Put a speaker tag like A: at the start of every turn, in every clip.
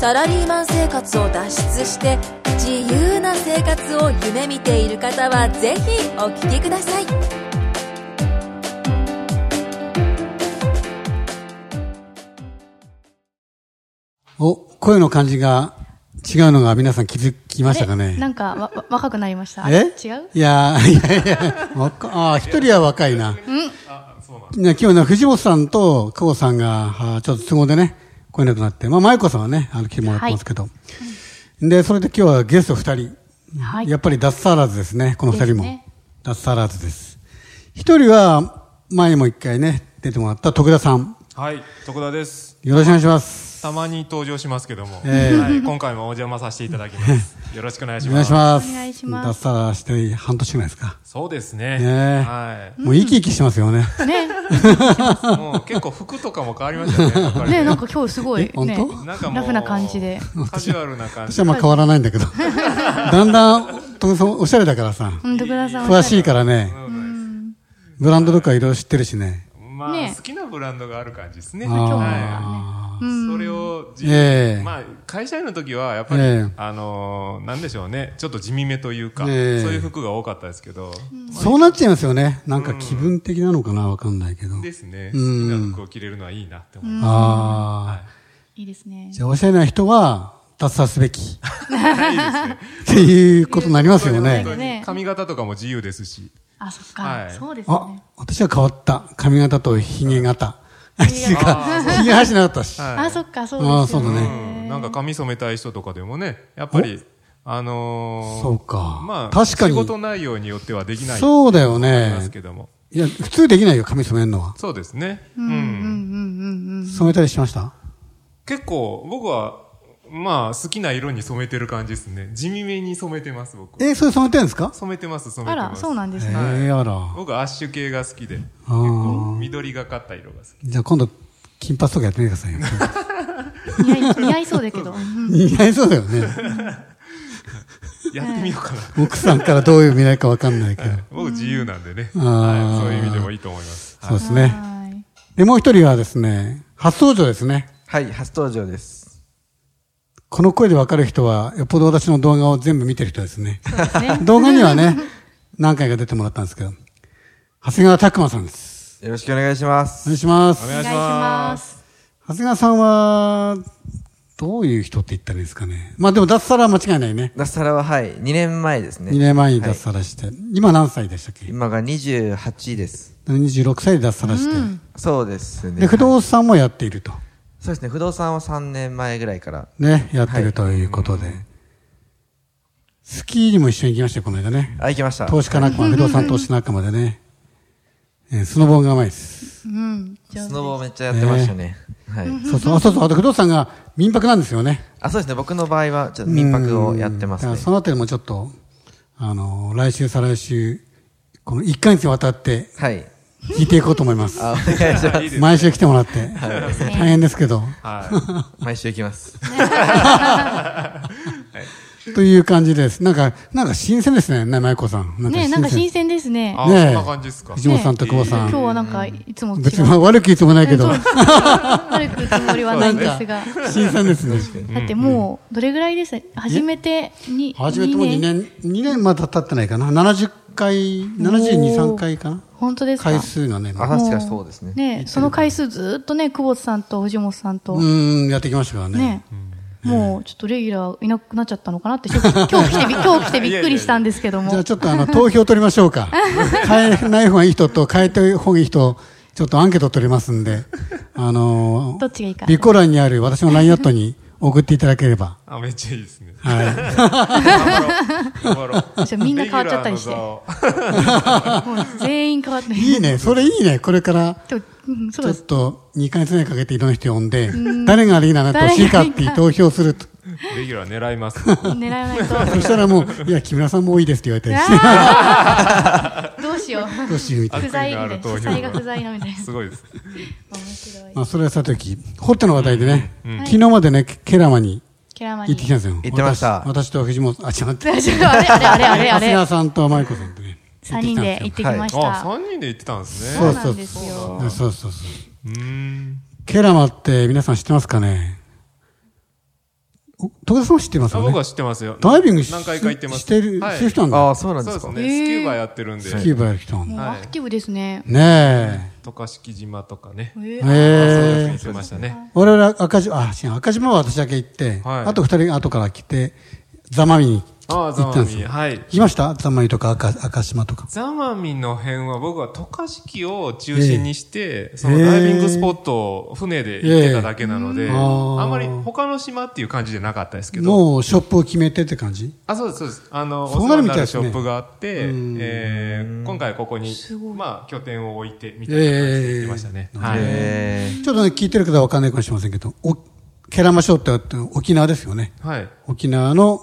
A: サラリーマン生活を脱出して自由な生活を夢見ている方はぜひお聞きください
B: お、声の感じが違うのが皆さん気づきましたかね
C: えなんかわわ若くなりました。
B: え
C: 違う
B: いやー、いやいや、若ああ、一人は若いな。ね今日ね、藤本さんと久保さんが、あーちょっと都合でね、来れなくなって、まあ、舞子さんはね、あの、来てもらってますけど。で、それで今日はゲスト二人。
C: はい
B: やっぱり脱サラーズですね、この二人も。
C: ですね
B: 脱サラーズです。一人は、前にも一回ね、出てもらった徳田さん。
D: はい、徳田です。
B: よろしくお願いします。
D: たまに登場しますけども、
B: ええ
D: はい、今回もお邪魔させていただきます。よろしくお願いし
B: お願
D: ま
B: い
D: す。
B: します。
C: お願いします
B: 脱サラして半年ぐらいですか。
D: そうですね。
B: ねえ
D: はい。
B: もう生き生きしてますよね。
C: ね
D: もう結構服とかも変わりましたね、やっぱり。
C: ねなんか今日すごい
B: え本
C: ね
B: 当
D: なんかもう
C: ラフな感じで。。
D: カジュアルな感
B: 私
D: じ
B: は。まあ変わらないんだけど。だんだん、ともさんおしゃれだからさ。
C: うん徳田さん
B: 詳しい
C: か
B: からね。ブランドとかいろいろ知ってるしね。
D: まあ、
C: ねえ
D: 好きなブランドがある感じですね。
B: あー
D: はい。それを自
B: ええ
D: まあ、会社員の時は、やっぱり、
B: ええ
D: あのーなんでしょうね。ちょっと地味めというか、
B: ええ
D: そういう服が多かったですけど、
B: そうなっちゃいますよね。なんか気分的なのかなわかんないけど。
D: ですね。
B: う
D: 好き
B: ん
D: な服を着れるのはいいなって思います。
B: ああ。
C: いいですね
B: じ。ゃあおしゃれな人は、脱サす べき。っていうことになりますよ
D: 本
B: ね
D: 当。に
C: ね
D: 髪型とかも自由ですし。
C: あそっ
D: は
C: か
D: い
C: そうです
B: あ
C: ね。、
B: 私は変わった。髪型と髭型。あ、違う
D: あ
B: か。 髭生やしてなかったし。
D: はい
C: あそっかそう
B: あー
C: です
B: そう
C: よ
B: だ
D: う
B: ね
C: ね。
D: ん、なんか髪染めたい人とかでもね、やっぱり、あのー
B: そうか
D: まあ、
B: 確かに
D: 仕事内容によってはできないと
B: そうだよ
D: 思いま
B: ね
D: す。けども。
B: いや、普通できないよ、髪染めるのは。
D: そうですね。うん。
B: 染めたりしました
D: 結構、僕は、まあ、好きな色に染めてる感じですね。地味めに染めてます、僕。
B: えー、それ染めてるんですか
D: 染めてます、染め
C: あ
D: てます。
C: らそうなんです
B: え
C: ね。
B: ー、あら。
D: 僕はアッシュ系が好きで、結
B: あー
D: 構、緑がかった色が好き。
B: じゃあ今度、金髪とかやってみてくださいよ。
C: 似合い似合いそうだ けど。うん
B: 似合いそうだよね。
D: やってみようかな。
B: 奥さんからどういう未来かわかんないけど。
D: 僕自由なんでね。
B: あー
D: はい。そういう意味でもいいと思います。
B: そうですね。
C: はい
B: で、もう一人はですね、初登場ですね。
E: はい、初登場です。
B: この声でわかる人は、よっぽど私の動画を全部見てる人ですね。
C: そうですね。
B: 動画にはね、何回か出てもらったんですけど。長谷川拓馬さんです。
E: よろしくお願いしま
B: お
E: す。
B: 願いします
D: お。
C: お
D: 願
C: 願
D: い
C: い
D: し
C: し
D: ま。
C: ますす。
B: 長谷川さんは、どういう人って言ったらいいですかね。まあでも脱サラは間違いないね。
E: 脱サラは、はい、2年前ですね。
B: 2年前に脱サラして。今何歳でしたっけ
E: 今が28です。
B: 26歳で脱サラして、
E: そうですね。
B: で不動産もやっていると、
E: そうですね、不動産は3年前ぐらいから。
B: ね、やってるということで、スキーにも一緒に行きましたよこの間ね、
E: あ、行きました。
B: 投資家仲間、不動産投資仲間でね、えースノボがうまいです、
C: うん上
E: ス
C: 手
E: ノボをめっちゃやってましたね。はい。
B: そうそう、あそうそう、あと不動産が民泊なんですよね、
E: あ、そうですね、僕の場合は、ちょっと民泊をやってます
B: うん
E: ね
B: だから。そのあたりもちょっと、あのー来週、再来週、この1ヶ月にわたって
E: はい。
B: 聞いていこうと思います、
E: あ、 お願いしま。
D: いいですす
B: 毎週来てもらって、大変ですけど、
D: はい。
E: 毎週行きます。
B: という感じです、なんか、なんか新鮮ですね、ね、舞子さん。
C: ねなんか新鮮ですね。
D: あ、
B: ねえ
D: そんな感じですか。
B: 藤本さんと久保さ
C: 今日
B: ん。
C: はなんかいつもと違う。
B: 別に悪く言うつもり ないけど
C: え、そう悪く言うつ もりはないんですが。
B: 新さんですね。
C: だってもう、どれぐらいです初めてに、
B: 初めてもう2
C: にね。
B: 年、2年まだ経ってないかな。70回、72、3回かな。
C: 本当ですか
B: 回数がね。
E: あ、
B: う
E: 確かそうですね。
C: ねその回数ずっとね、久保田さんと藤本さんと、
B: ーん、やってきましたからね
C: ね。、もうちょっとレギュラーいなくなっちゃったのかなって、今日今日来てび、今日来てびっくりしたんですけども。
B: じゃあちょっとあの、投票取りましょう か。変えない方がいい人と変えた方がいい人、ちょっとアンケート取りますんで、あのー、
C: どっちがいいか
B: 備考欄にある私の LINE アットに送っていただければ。
D: あ、めっちゃいいですね。
B: はい。
D: 頑張ろう。頑張ろう
C: じゃあみんな変わっちゃったりして
D: レギュラーの座を
C: もう全員変わって。
B: いいね。それいいね。これから、
C: でもうんそ
B: ち
C: う
B: ょ
C: で
B: っ
C: す。
B: と2ヶ月ぐらいかけていろんな人呼んで、誰がリーダーになってほしいかって投票すると。
D: レギュラー狙います。
C: 狙わないと。
B: そしたらもう、いや、木村さんも多いですって言われたりして。
C: あーどうどうしよ
B: どう
C: う。
B: しようみたいな。
C: 不在みたい
D: 悪意
C: な。
D: のあ
C: 不
D: る
C: 在が不在なみたいな。
D: すごいです。
C: 面白い
B: ま。あ、それはさておき、ホットの話題でね、
C: ん
B: 昨日までね、ケラマに
C: ケラマ
B: 行
C: ニ
B: ってきたんですよ。
E: 行ってました
B: 私私と藤本、あ、違う待って。
C: ちょっとあれあれあれあれ
B: 長谷
C: あ
B: 川
C: れ。
B: さんとマイコさんとね。
C: 三人で行ってきまし
D: あ、
C: た。
D: 三人で行ってたんです
B: そ
D: ね。
B: う
C: そうなんですよ。
B: そうそうそうそう。
D: うーん。
B: ケラマって皆さん知ってますかねお徳田さんも知ってます
D: あ、
B: よ
D: 僕は
B: ね。
D: 知ってますよ。
B: ダイビングし
D: 何回か行ってます。
B: してる、
D: はい
B: してる人なんだ。
E: ああ、そうなんで
D: そう
E: す
D: です
E: か。
D: ね。
C: へー
D: スキューバやってるんで、
B: スキューバやる人なんだ。
C: もうアクティブですね。
B: ね
D: 渡嘉敷島とかね。
C: え
B: え。
C: ー
B: ええ
D: 行ってましたね。
B: 我々赤島、あ、違う、赤島は私だけ行って、
D: はい
B: あと二人後から来て、ザマミに
D: ああ、
B: 行
D: ザ
B: った
D: マ
B: んです
D: ミ。
B: よ。
D: はい。
B: 行きましたザマミとか赤赤島とか。
D: ザマミの辺は僕は渡嘉敷を中心にして、そのダイビングスポットを船で行ってただけなので、
B: ええあー
D: あんまり他の島っていう感じじゃなかったですけど、
B: もうショップを決めてって感じ
D: あ、そうです、そうです。あの、お
B: そう
D: 世
B: な
D: 話
B: る
D: に
B: みたで
D: ないる
B: す
D: シ
B: ね
D: ョップがあって、
B: うん
D: えー今回ここに
C: すご、い
D: まあ、拠点を置いて、みたいな感じで行ってましたね。
B: ええ
D: はい。
E: え
B: ちょっとね、聞いてる方はわかんないかもしれませんけど、おケラマショーってあって沖縄ですよね。
D: はい。
B: 沖縄の、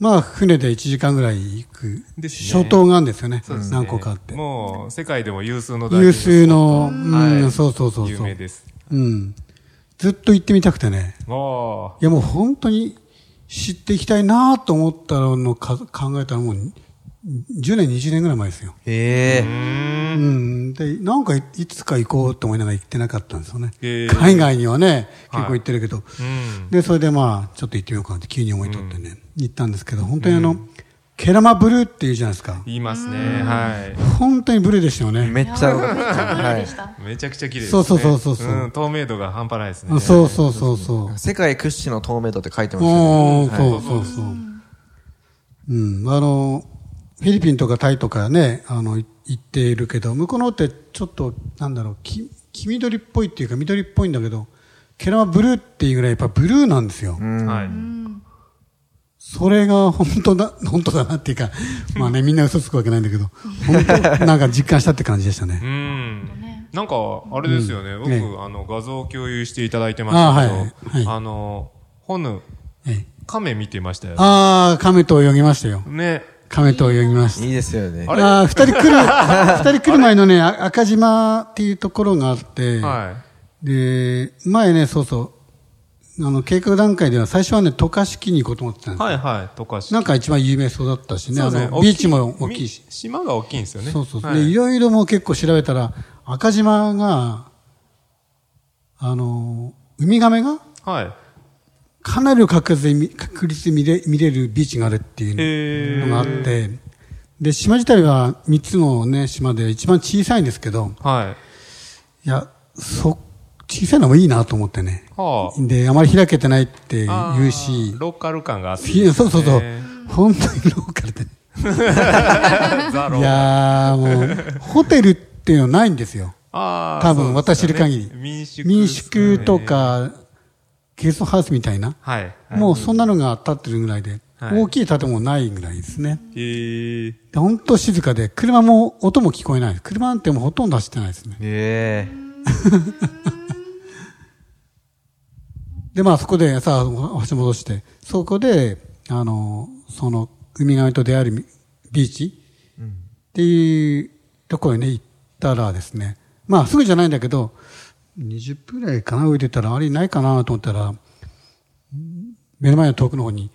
B: まあ、船で1時間ぐらい行く、
D: ですね
B: 諸島があるんですよね。
D: そうですね
B: 何個かあって。
D: もう、世界でも有数のダイ
B: 有
D: ビングスポット
B: 数の、うん、
D: はい
B: そうそうそうそう。
D: 有名です。
B: うん。ずっと行ってみたくてね。
D: おー
B: いやもう本当に知っていきたいなと思ったのをか考えたらもう10年、20年ぐらい前ですよ。
E: え。え
B: うん。で、なんかいいつか行こうと思いながら行ってなかったんですよね。
D: へえ
B: 海外にはね、結構行ってるけど。
D: うん。
B: で、それでまあ、ちょっと行ってみようかなって急に思いとってね、行ったんですけど、本当にあの、ケラマブルーっていうじゃないですか。
D: 言いますね。はい。
B: 本当にブルーでしたよ
E: え。
B: ね。
E: めっちゃ、
C: めっちゃ綺麗
E: は
C: でした。
D: めちゃくちゃ綺麗です、
B: そう
D: ね。、
B: そうそうそうそうん
D: 透明度が半端ないですね。
B: あそうそうそうそう
E: い。。世界屈指の透明度って書いてました
B: お
E: よ
B: ー
E: ね。
B: そうそうそう。うん、あの、フィリピンとかタイとかね、あの、い行っているけど、向こうの方ってちょっと、なんだろう、き黄緑っぽいっていうか緑っぽいんだけど、ケラマブルーっていうぐらいやっぱブルーなんですよ。
D: はい。
B: それが本当だ、 本当だなっていうか、まあね、みんな嘘つくわけないんだけど、本当、なんか実感したって感じでしたね
D: う。ん。なんか、あれですよね。僕、
B: ね
D: あの、画像を共有していただいてましたけど、
B: あ
D: あ,、
B: はいはい
D: の、ホヌ、
B: ええ
D: 亀見てましたよね。
B: ああ、亀と泳ぎましたよ。
D: ね。
B: 亀と泳ぎました
E: いいですよね。
B: ああ、二人来る、二人来る前のね、あ赤島っていうところがあって、
D: は
B: で、前ね、そうそう、あの、計画段階では最初はね、渡嘉敷に行こうと思ってたんで
D: い。
B: すよ
D: はいはい。とかし
B: なんか一番有名そうだったしね、
D: そう
B: あ
D: ですね
B: の、ビーチも大きいし。
D: み島が大きいんですよね。
B: そうそうそう。
D: は
B: で、い
D: い。
B: ろいろもう結構調べたら、赤島が、あの、ウミガメが
D: はい。
B: かなりの確率で見確率で見れ見れるビーチがあるっていうね。
D: え
B: のがあって、で、島自体は3つのね、島で一番小さいんですけど、
D: ー、はい。
B: いや、そ、小さいのもいいなと思ってね。
D: は
B: で、あまり開けてないって
D: あ。
B: 言うし
D: あー、ローカル感があっていい
B: い
D: で
B: や
D: す
B: そ
D: ね、
B: うそうそう、本当にローカルで。
D: ザロ
B: いやー、もう、ホテルっていうのはないんです よ。
D: あー
B: 多分、
D: そうで
B: 私
D: す
B: 知る
D: よね
B: 限り。
D: 民宿、
B: 民宿と。か、ゲストハウスみたいな。
D: はい。
B: もうそんなのが建ってるぐらいで、
D: はい
B: 大きい建物ないぐらいですね。
D: えー、
B: で本当静かで、車も音も聞こえない。車なんてもうほとんど走ってないですね。
E: ええ。
B: で、まあそこでさ、橋戻して、そこで、あの、その、ウミガメと出会えるビーチっていうところにね、行ったらですね、まあすぐじゃないんだけど、20分ぐらいかな、浮いてたら、あれいないかなと思ったら、ん目の前の遠くの方に、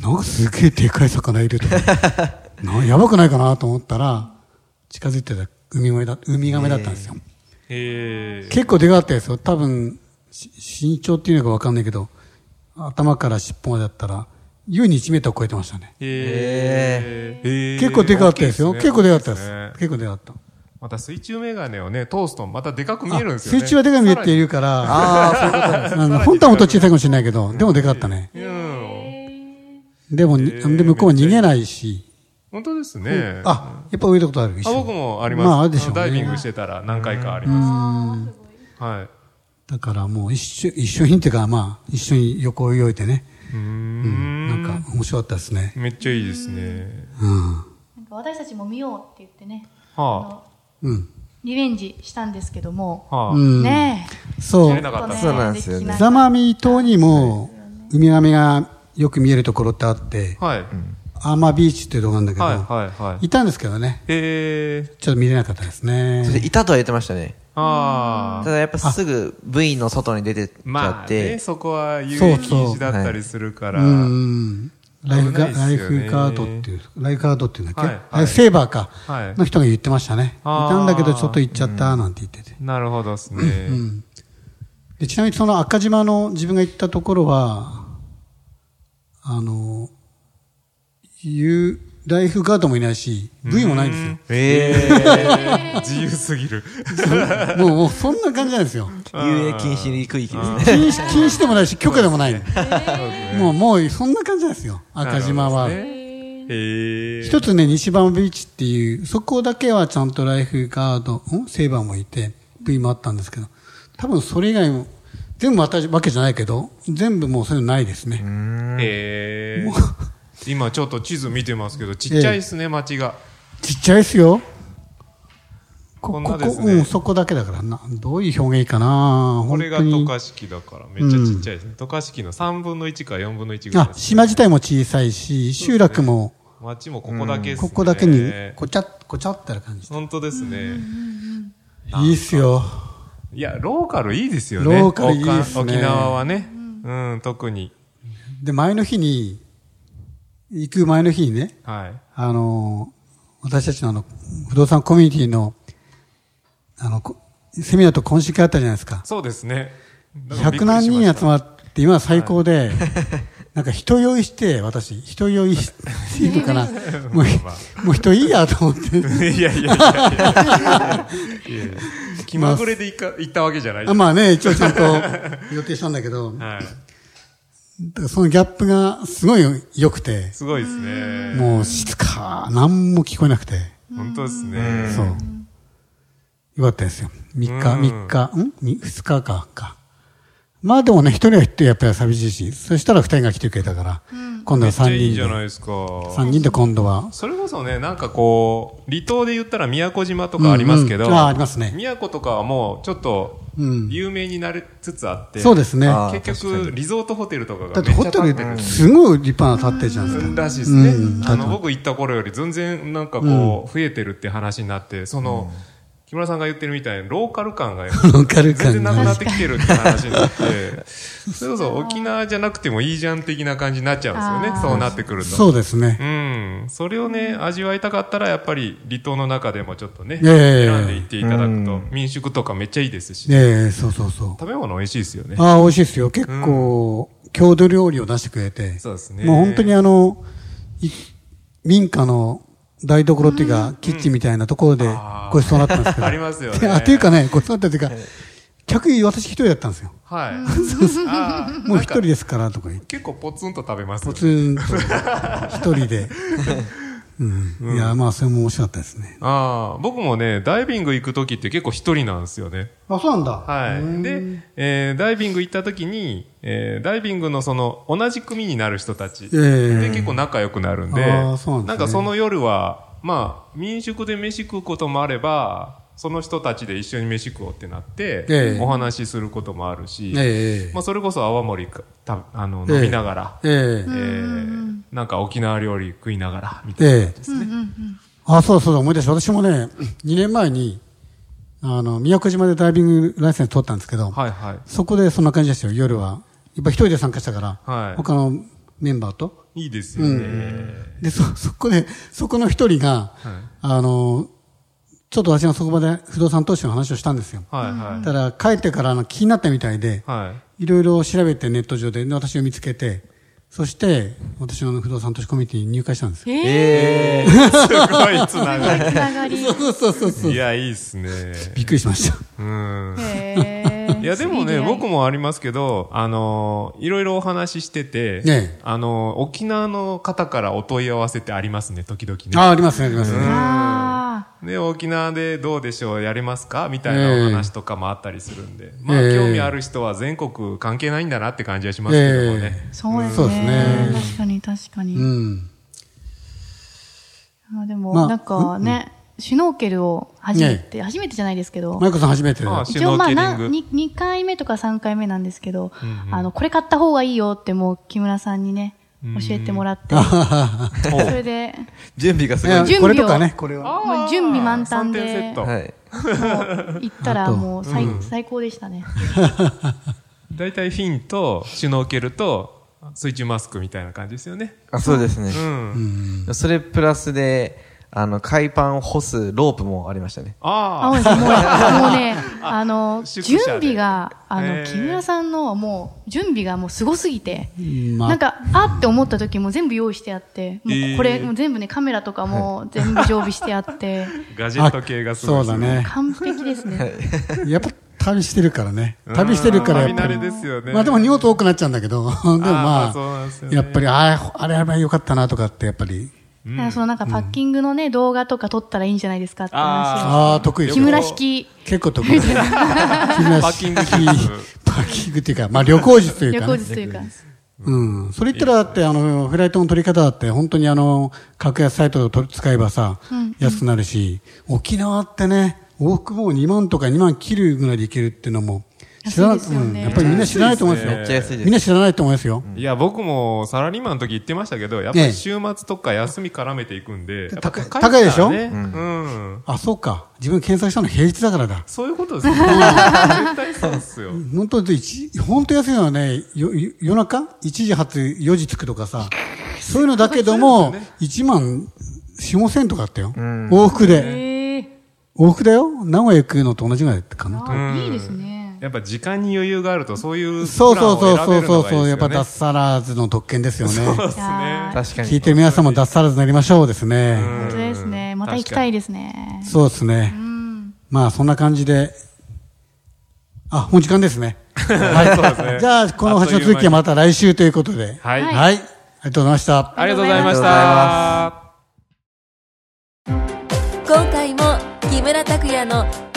B: なんかすげえでかい魚いると思って。なやばくないかなと思ったら、近づいてたウミガメだウミガメだったんですよ。
D: えー、
B: 結構でかかったですよ。多分、し身長っていうのかわかんないけど、頭から尻尾までだったら、優に1メーター超えてましたね。
D: えー、えー、
B: 結構でかかったですよ。
D: 大きい
B: 結構でかかったで
D: 大きい
B: す。
D: ね
B: 結構でかかった。
D: また水中メガネをね、通すとまたでかく見えるんですよ
B: あ
D: ね。
B: 水中はでかい見えているから、
E: ああ、そういうこと
B: あの本当はもっと小さいかもしれないけど、でもでかかったね。
D: うん。
B: でも、
D: ー
B: で向こうは逃げないし、
D: 本当ですね。あ、
B: あ、やっぱ上いたことある。一緒に
D: 僕もあります。
B: まあ、あるでしょう
D: ダイビン
B: ね。
D: グしてたら何回かあります。はい。
B: だからもう一緒、一緒にっていうか、まあ、一緒に横を泳いでね。
D: うー
B: なん
D: ん。
B: か面白かったですね。
D: めっちゃいいですね。
B: うん。
C: なんか私たちも見ようって言ってね、
D: は
B: うん。
C: リベンジしたんですけども、
D: あ、はあ。
B: うん。
C: ねえ。
B: そう
D: 見れ。なかった。
E: そうなんですよね
B: ザマミ島にも、ウミガメがよく見えるところってあって、
D: はい。
B: アーマービーチっていう動画なんだけど、
D: はいはいはい。
B: いたんですけどね、
D: えー、
B: ちょっと見れなかったですね
E: そ。していたとは言ってましたね。
D: あ
E: た
D: ー。
E: だやっぱすぐ部員の外に出てっちゃ
D: ま
E: っ
D: あ、
E: て
D: ね、、そこは遊
B: そう
D: 泳
B: そう
D: 禁止だったりするから。
B: うん。ライフガ
D: 危
B: ラ
D: ない
B: イ
D: っすよね
B: フガードっていう、ライフガードっていうんだっけ、
D: はいはい
B: ライフセーバーか、
D: はい
B: の人が言ってましたね。い
D: あー
B: たんだけどちょっと行っちゃったなんて言ってて。
D: なるほどですね。
B: でちなみにその赤島の自分が行ったところは、あの、いう、ライフガードもいないし、V もないんですよ。
D: えー、 自由すぎる。
B: もう、もうそんな感じなんですよ。
E: 遊泳禁止区域ですね。
B: 禁止、禁止でもないし、許可でもない。もう、もう、そんな感じなんですよ。赤島は。
D: なるほどですねえー。
B: 一つね、西番ビーチっていう、そこだけはちゃんとライフガード、んセーバーもいて、V もあったんですけど、多分それ以外も、全部私、わけじゃないけど、全部もうそういうのないですね。
D: えー。今ちょっと地図見てますけど、ちっちゃいですね、街が。
B: ちっちゃいですよ。
D: こん
B: こ
D: な
B: こ、
D: です
B: う
D: ね
B: ん、。そこだけだからな。どういう表現いいかな
D: こ
B: 本
D: れが
B: 当に
D: 渡。嘉敷だから、めっちゃちっちゃいですね。渡嘉敷の3分の1か4分の1ぐらい
B: あ
D: で、すね。
B: 島自体も小さいし、集落も、
D: 街もここだけですね。
B: ここだけに、こちゃ、こちゃってな感じ。
D: 本当ですね。
B: いいっすよ。
D: いや、ローカルいいですよね。
B: ローカルいいですね
D: 沖縄はね。うん、特に。
B: で、前の日に、行く前の日にね、
D: はい。
B: あの、私たちのあの、不動産コミュニティの、あの、こセミナーと懇親会あったじゃないですか。
D: そうですね。なんか
B: 100
D: びっくり
B: 何
D: しま
B: 人
D: した
B: 集まって、今は最高で、なんか人酔いして、私、人酔いしていいの かなもう、もう人いいやと思って。
D: いやいやいやいやいや いやいや気まぐれで行か行ったわけじゃないで
B: あ
D: す。
B: まあね、一応ちゃんと予定したんだけど、だか
D: はい。
B: らそのギャップがすごい良くて、
D: すごいですね。
B: もう静か、何も聞こえなくて、
D: 本当ですね。
B: そう。よかったですよ。3日、
D: う
B: 3
D: ん
B: 日、ん ?2 日間か。まあでもね、1人は一人やっぱり寂しいし、そしたら2人が来てくれたから、今度
D: め
B: は
D: っちゃ
B: 3
D: い
B: 人
D: いじゃない
B: で、
D: ですか。
B: 3人で今度は、
D: それこそね、なんかこう、離島で言ったら宮古島とかありますけど、
B: うんうんあありますね
D: 宮古とかはもうちょっと、
B: うん
D: 有名になりつつあって、
B: そうですね。
E: あー
D: 結局、リゾートホテルとか
B: だっ
D: がめ
B: て
D: っ
B: ホ
D: ちゃ
B: テ
D: 建ってる
B: ル、すごい立派なの建ってるじゃないですか。
D: らしいですね。
B: うん
D: あの、僕行った頃より全然なんかこう、増えてるって話になって、その、木村さんが言ってるみたいに、ローカル感が
B: ローカル
D: 全
B: 感
D: 然なく
B: が
D: なってきてるって話になって、それこそ沖縄じゃなくてもいいじゃん的な感じになっちゃうんですよね。そうなってくると。
B: そうですね。
D: うん。それをね、味わいたかったら、やっぱり離島の中でもちょっとね、
B: いやいやいや
D: 選んでいっていただくと、民宿とかめっちゃいいですし、
B: ねえ、そうそうそう。
D: 食べ物美味しいですよね。
B: ああ、美味しいですよ。結構、郷土料理を出してくれて。
D: そうですね
B: もう本当にあの、い民家の台所っていうか、キッチンみたいなところで
D: あー
B: ごちそうになったんですけど。
D: ありますよね
B: であ、っていうかね、ごちそうになったっていうか、客私一人だったんですよ。
D: はい。
B: も
D: も
B: う一人ですからとか言って。
D: 結構ポツンと食べますよ
B: ポ
D: ね
B: ツンと、一人 で。うん。いや、まあ、それも面白かったですね。
D: ああ、僕もね、ダイビング行くときって結構一人なんですよね。
B: あ、そうなんだ。
D: は
B: う
D: い。
B: ん
D: で、えーダイビング行ったときに、えーダイビングのその、同じ組になる人たち。
B: え
D: で、
B: え
D: 結構仲良くなるんで、
B: あーそうなんですね
D: なんかその夜は、まあ、民宿で飯食うこともあれば、その人たちで一緒に飯食おうってなって、
B: ええ
D: お話しすることもあるし、
B: ええ
D: まあ、それこそ泡盛かたあの
B: ええ
D: 飲みながら、
B: え
D: え
B: え
D: ーなんか沖縄料理食いながら、みたいな。
B: ええあ、そうそう、思い出した。私もね、2年前に、あの、宮古島でダイビングライセンス取ったんですけど、
D: はいはい。
B: そこでそんな感じでしたよ、夜は。やっぱ一人で参加したから、
D: はい
B: 他のメンバーと。
D: いいですよね。
B: で、そ、 そこで、そこの一人が、あの、ちょっと私がそこまで不動産投資の話をしたんですよ。
D: はいはい。
B: ただ、帰ってからあの気になったみたいで、
D: はい。
B: いろいろ調べてネット上で私を見つけて、そして、私の不動産投資コミュニティに入会したんですよ。
E: え
D: すごいつ ながり。
C: つなが り。
B: そうそうそうそう。
D: いや、いいっすね。
B: びっくりしました。
D: うん。
C: へー
D: いや、で
C: い
D: も
C: い
D: ね、
C: 出会い
D: 僕もありますけど、あのー、いろいろお話ししてて、
B: ねえ
D: あのー、沖縄の方からお問い合わせってありますね、時々ね。
B: あ、ありますね、ありますね。
C: あ
D: で、沖縄でどうでしょう、やれますかみたいなお話とかもあったりするんで。まあ、
B: ええ
D: 興味ある人は全国関係ないんだなって感じはしますけどもね。
B: え
C: ーそうですね。
B: そうですね
C: 確かに確かに。
B: えうん。
C: あーでも、
B: まあ
C: なんかね、シュノーケルを初めて、初めてじゃないですけど
B: マ、イコさん初めてで。
D: まあ、シュ
C: 一応
D: ノー
C: まあ
D: ケリ
C: な
D: ング。
C: 2, 2回目とか3回目なんですけど、
D: んうん
C: あのこれ買った方がいいよってもう木村さんにね教えてもらって、
D: お
C: それで、
E: 準備がす
B: い
E: ごい
B: や
E: んで
C: 準備を
E: す。
B: これとかね、これは。
C: もう準備満タンで
D: 3点セット。
E: はい。
C: 行ったらもう最最高でしたね。
D: 大体フィンとシュノーケルと水中マスクみたいな感じですよね。
E: あ、そうですね
D: う。ん。
E: それプラスで、あの、海パンを干すロープもありましたね。
D: あ
C: 青
D: あ。
C: 森さんもう、もうね、あの、
D: 宿
C: 準
D: 舎で
C: 備が、あ
D: え
C: の、
D: ー
C: 木村さんのもう、準備がもうすごすぎて、
B: まあ
C: なんか、あって思った時も全部用意してあって、も
D: え
C: う
D: ー
C: これ、もう全部ね、カメラとかも全部常備してあって、
D: ガジェット系がすごい
B: あそうだね。
C: 完璧ですね。
B: やっぱ旅してるからね。旅してるからやっ
D: うん
B: ぱり
D: 旅慣。れですよね。
B: まあでも荷物多くなっちゃうんだけ ど、でもま
D: あーそうなん
B: あ
D: ですよ、ね
B: やっぱり、ああ、あれやばいよかったなとかって、やっぱり、
C: だからそのなんかパッキングのね、動画とか撮ったらいいんじゃないですかって話を。
B: ああ、得意
C: 木村式
B: 結構 得意。木村
D: パッキング術
B: パッキングっていうか、まあ旅行術という
C: 旅
B: か
C: 行
B: ね。
C: 術というか。
B: うん。それ言ったらだって、あの、フライトの取り方だって、本当にあの、格安サイトを取り使えばさ、安くなるし、沖縄ってね、往復もう2万とか2万切るぐらいで行けるっていうのも、知らな
C: 安いですよ
B: うん
C: ね
B: やっぱりみんな知らないと思いますよ。
D: め
E: っちゃ安いですね
B: みんな知らないと思いますよ。
D: いや、僕もサラリーマンの時言ってましたけど、やっぱり週末とか休み絡めていくんで、やっぱ
B: 高い高いでしょ
D: ねうん。
B: あ、そうか。自分検索したの平日だからだ。
D: そういうことですよ。絶対そうですよ。
B: 本当に一、本当安いのはね、よよ夜中 ?1 時発4時着くとかさ、そういうのだけども、1万4、5千とかあったよ。往復で。
C: ええ
B: 往復だよ。名古屋行くのと同じぐらいかな。
C: あいいですね。
D: やっぱ時間に余裕があると、そういうプラン
B: そうそうそう
D: を選べ
B: そう
D: る
B: そ
D: の
B: う
D: がいいですよね。
B: そう、やっぱ脱サラーズの特権ですよね。
C: いやー
E: 確か
B: 聞い
E: に。
B: てる皆さんも脱サラーズになりましょうですね。
C: 本当ですね。また行きたいですね。
B: そうですね。まあそんな感じで、あ、もう時間ですね。
D: そうですね
B: はい。じゃあ、この橋の続きはまた来週ということで。
D: はい
B: はい。ありがとうございました。
D: ありがとうございまし
E: ありがとうござい
D: た。
A: 今回も木村拓哉の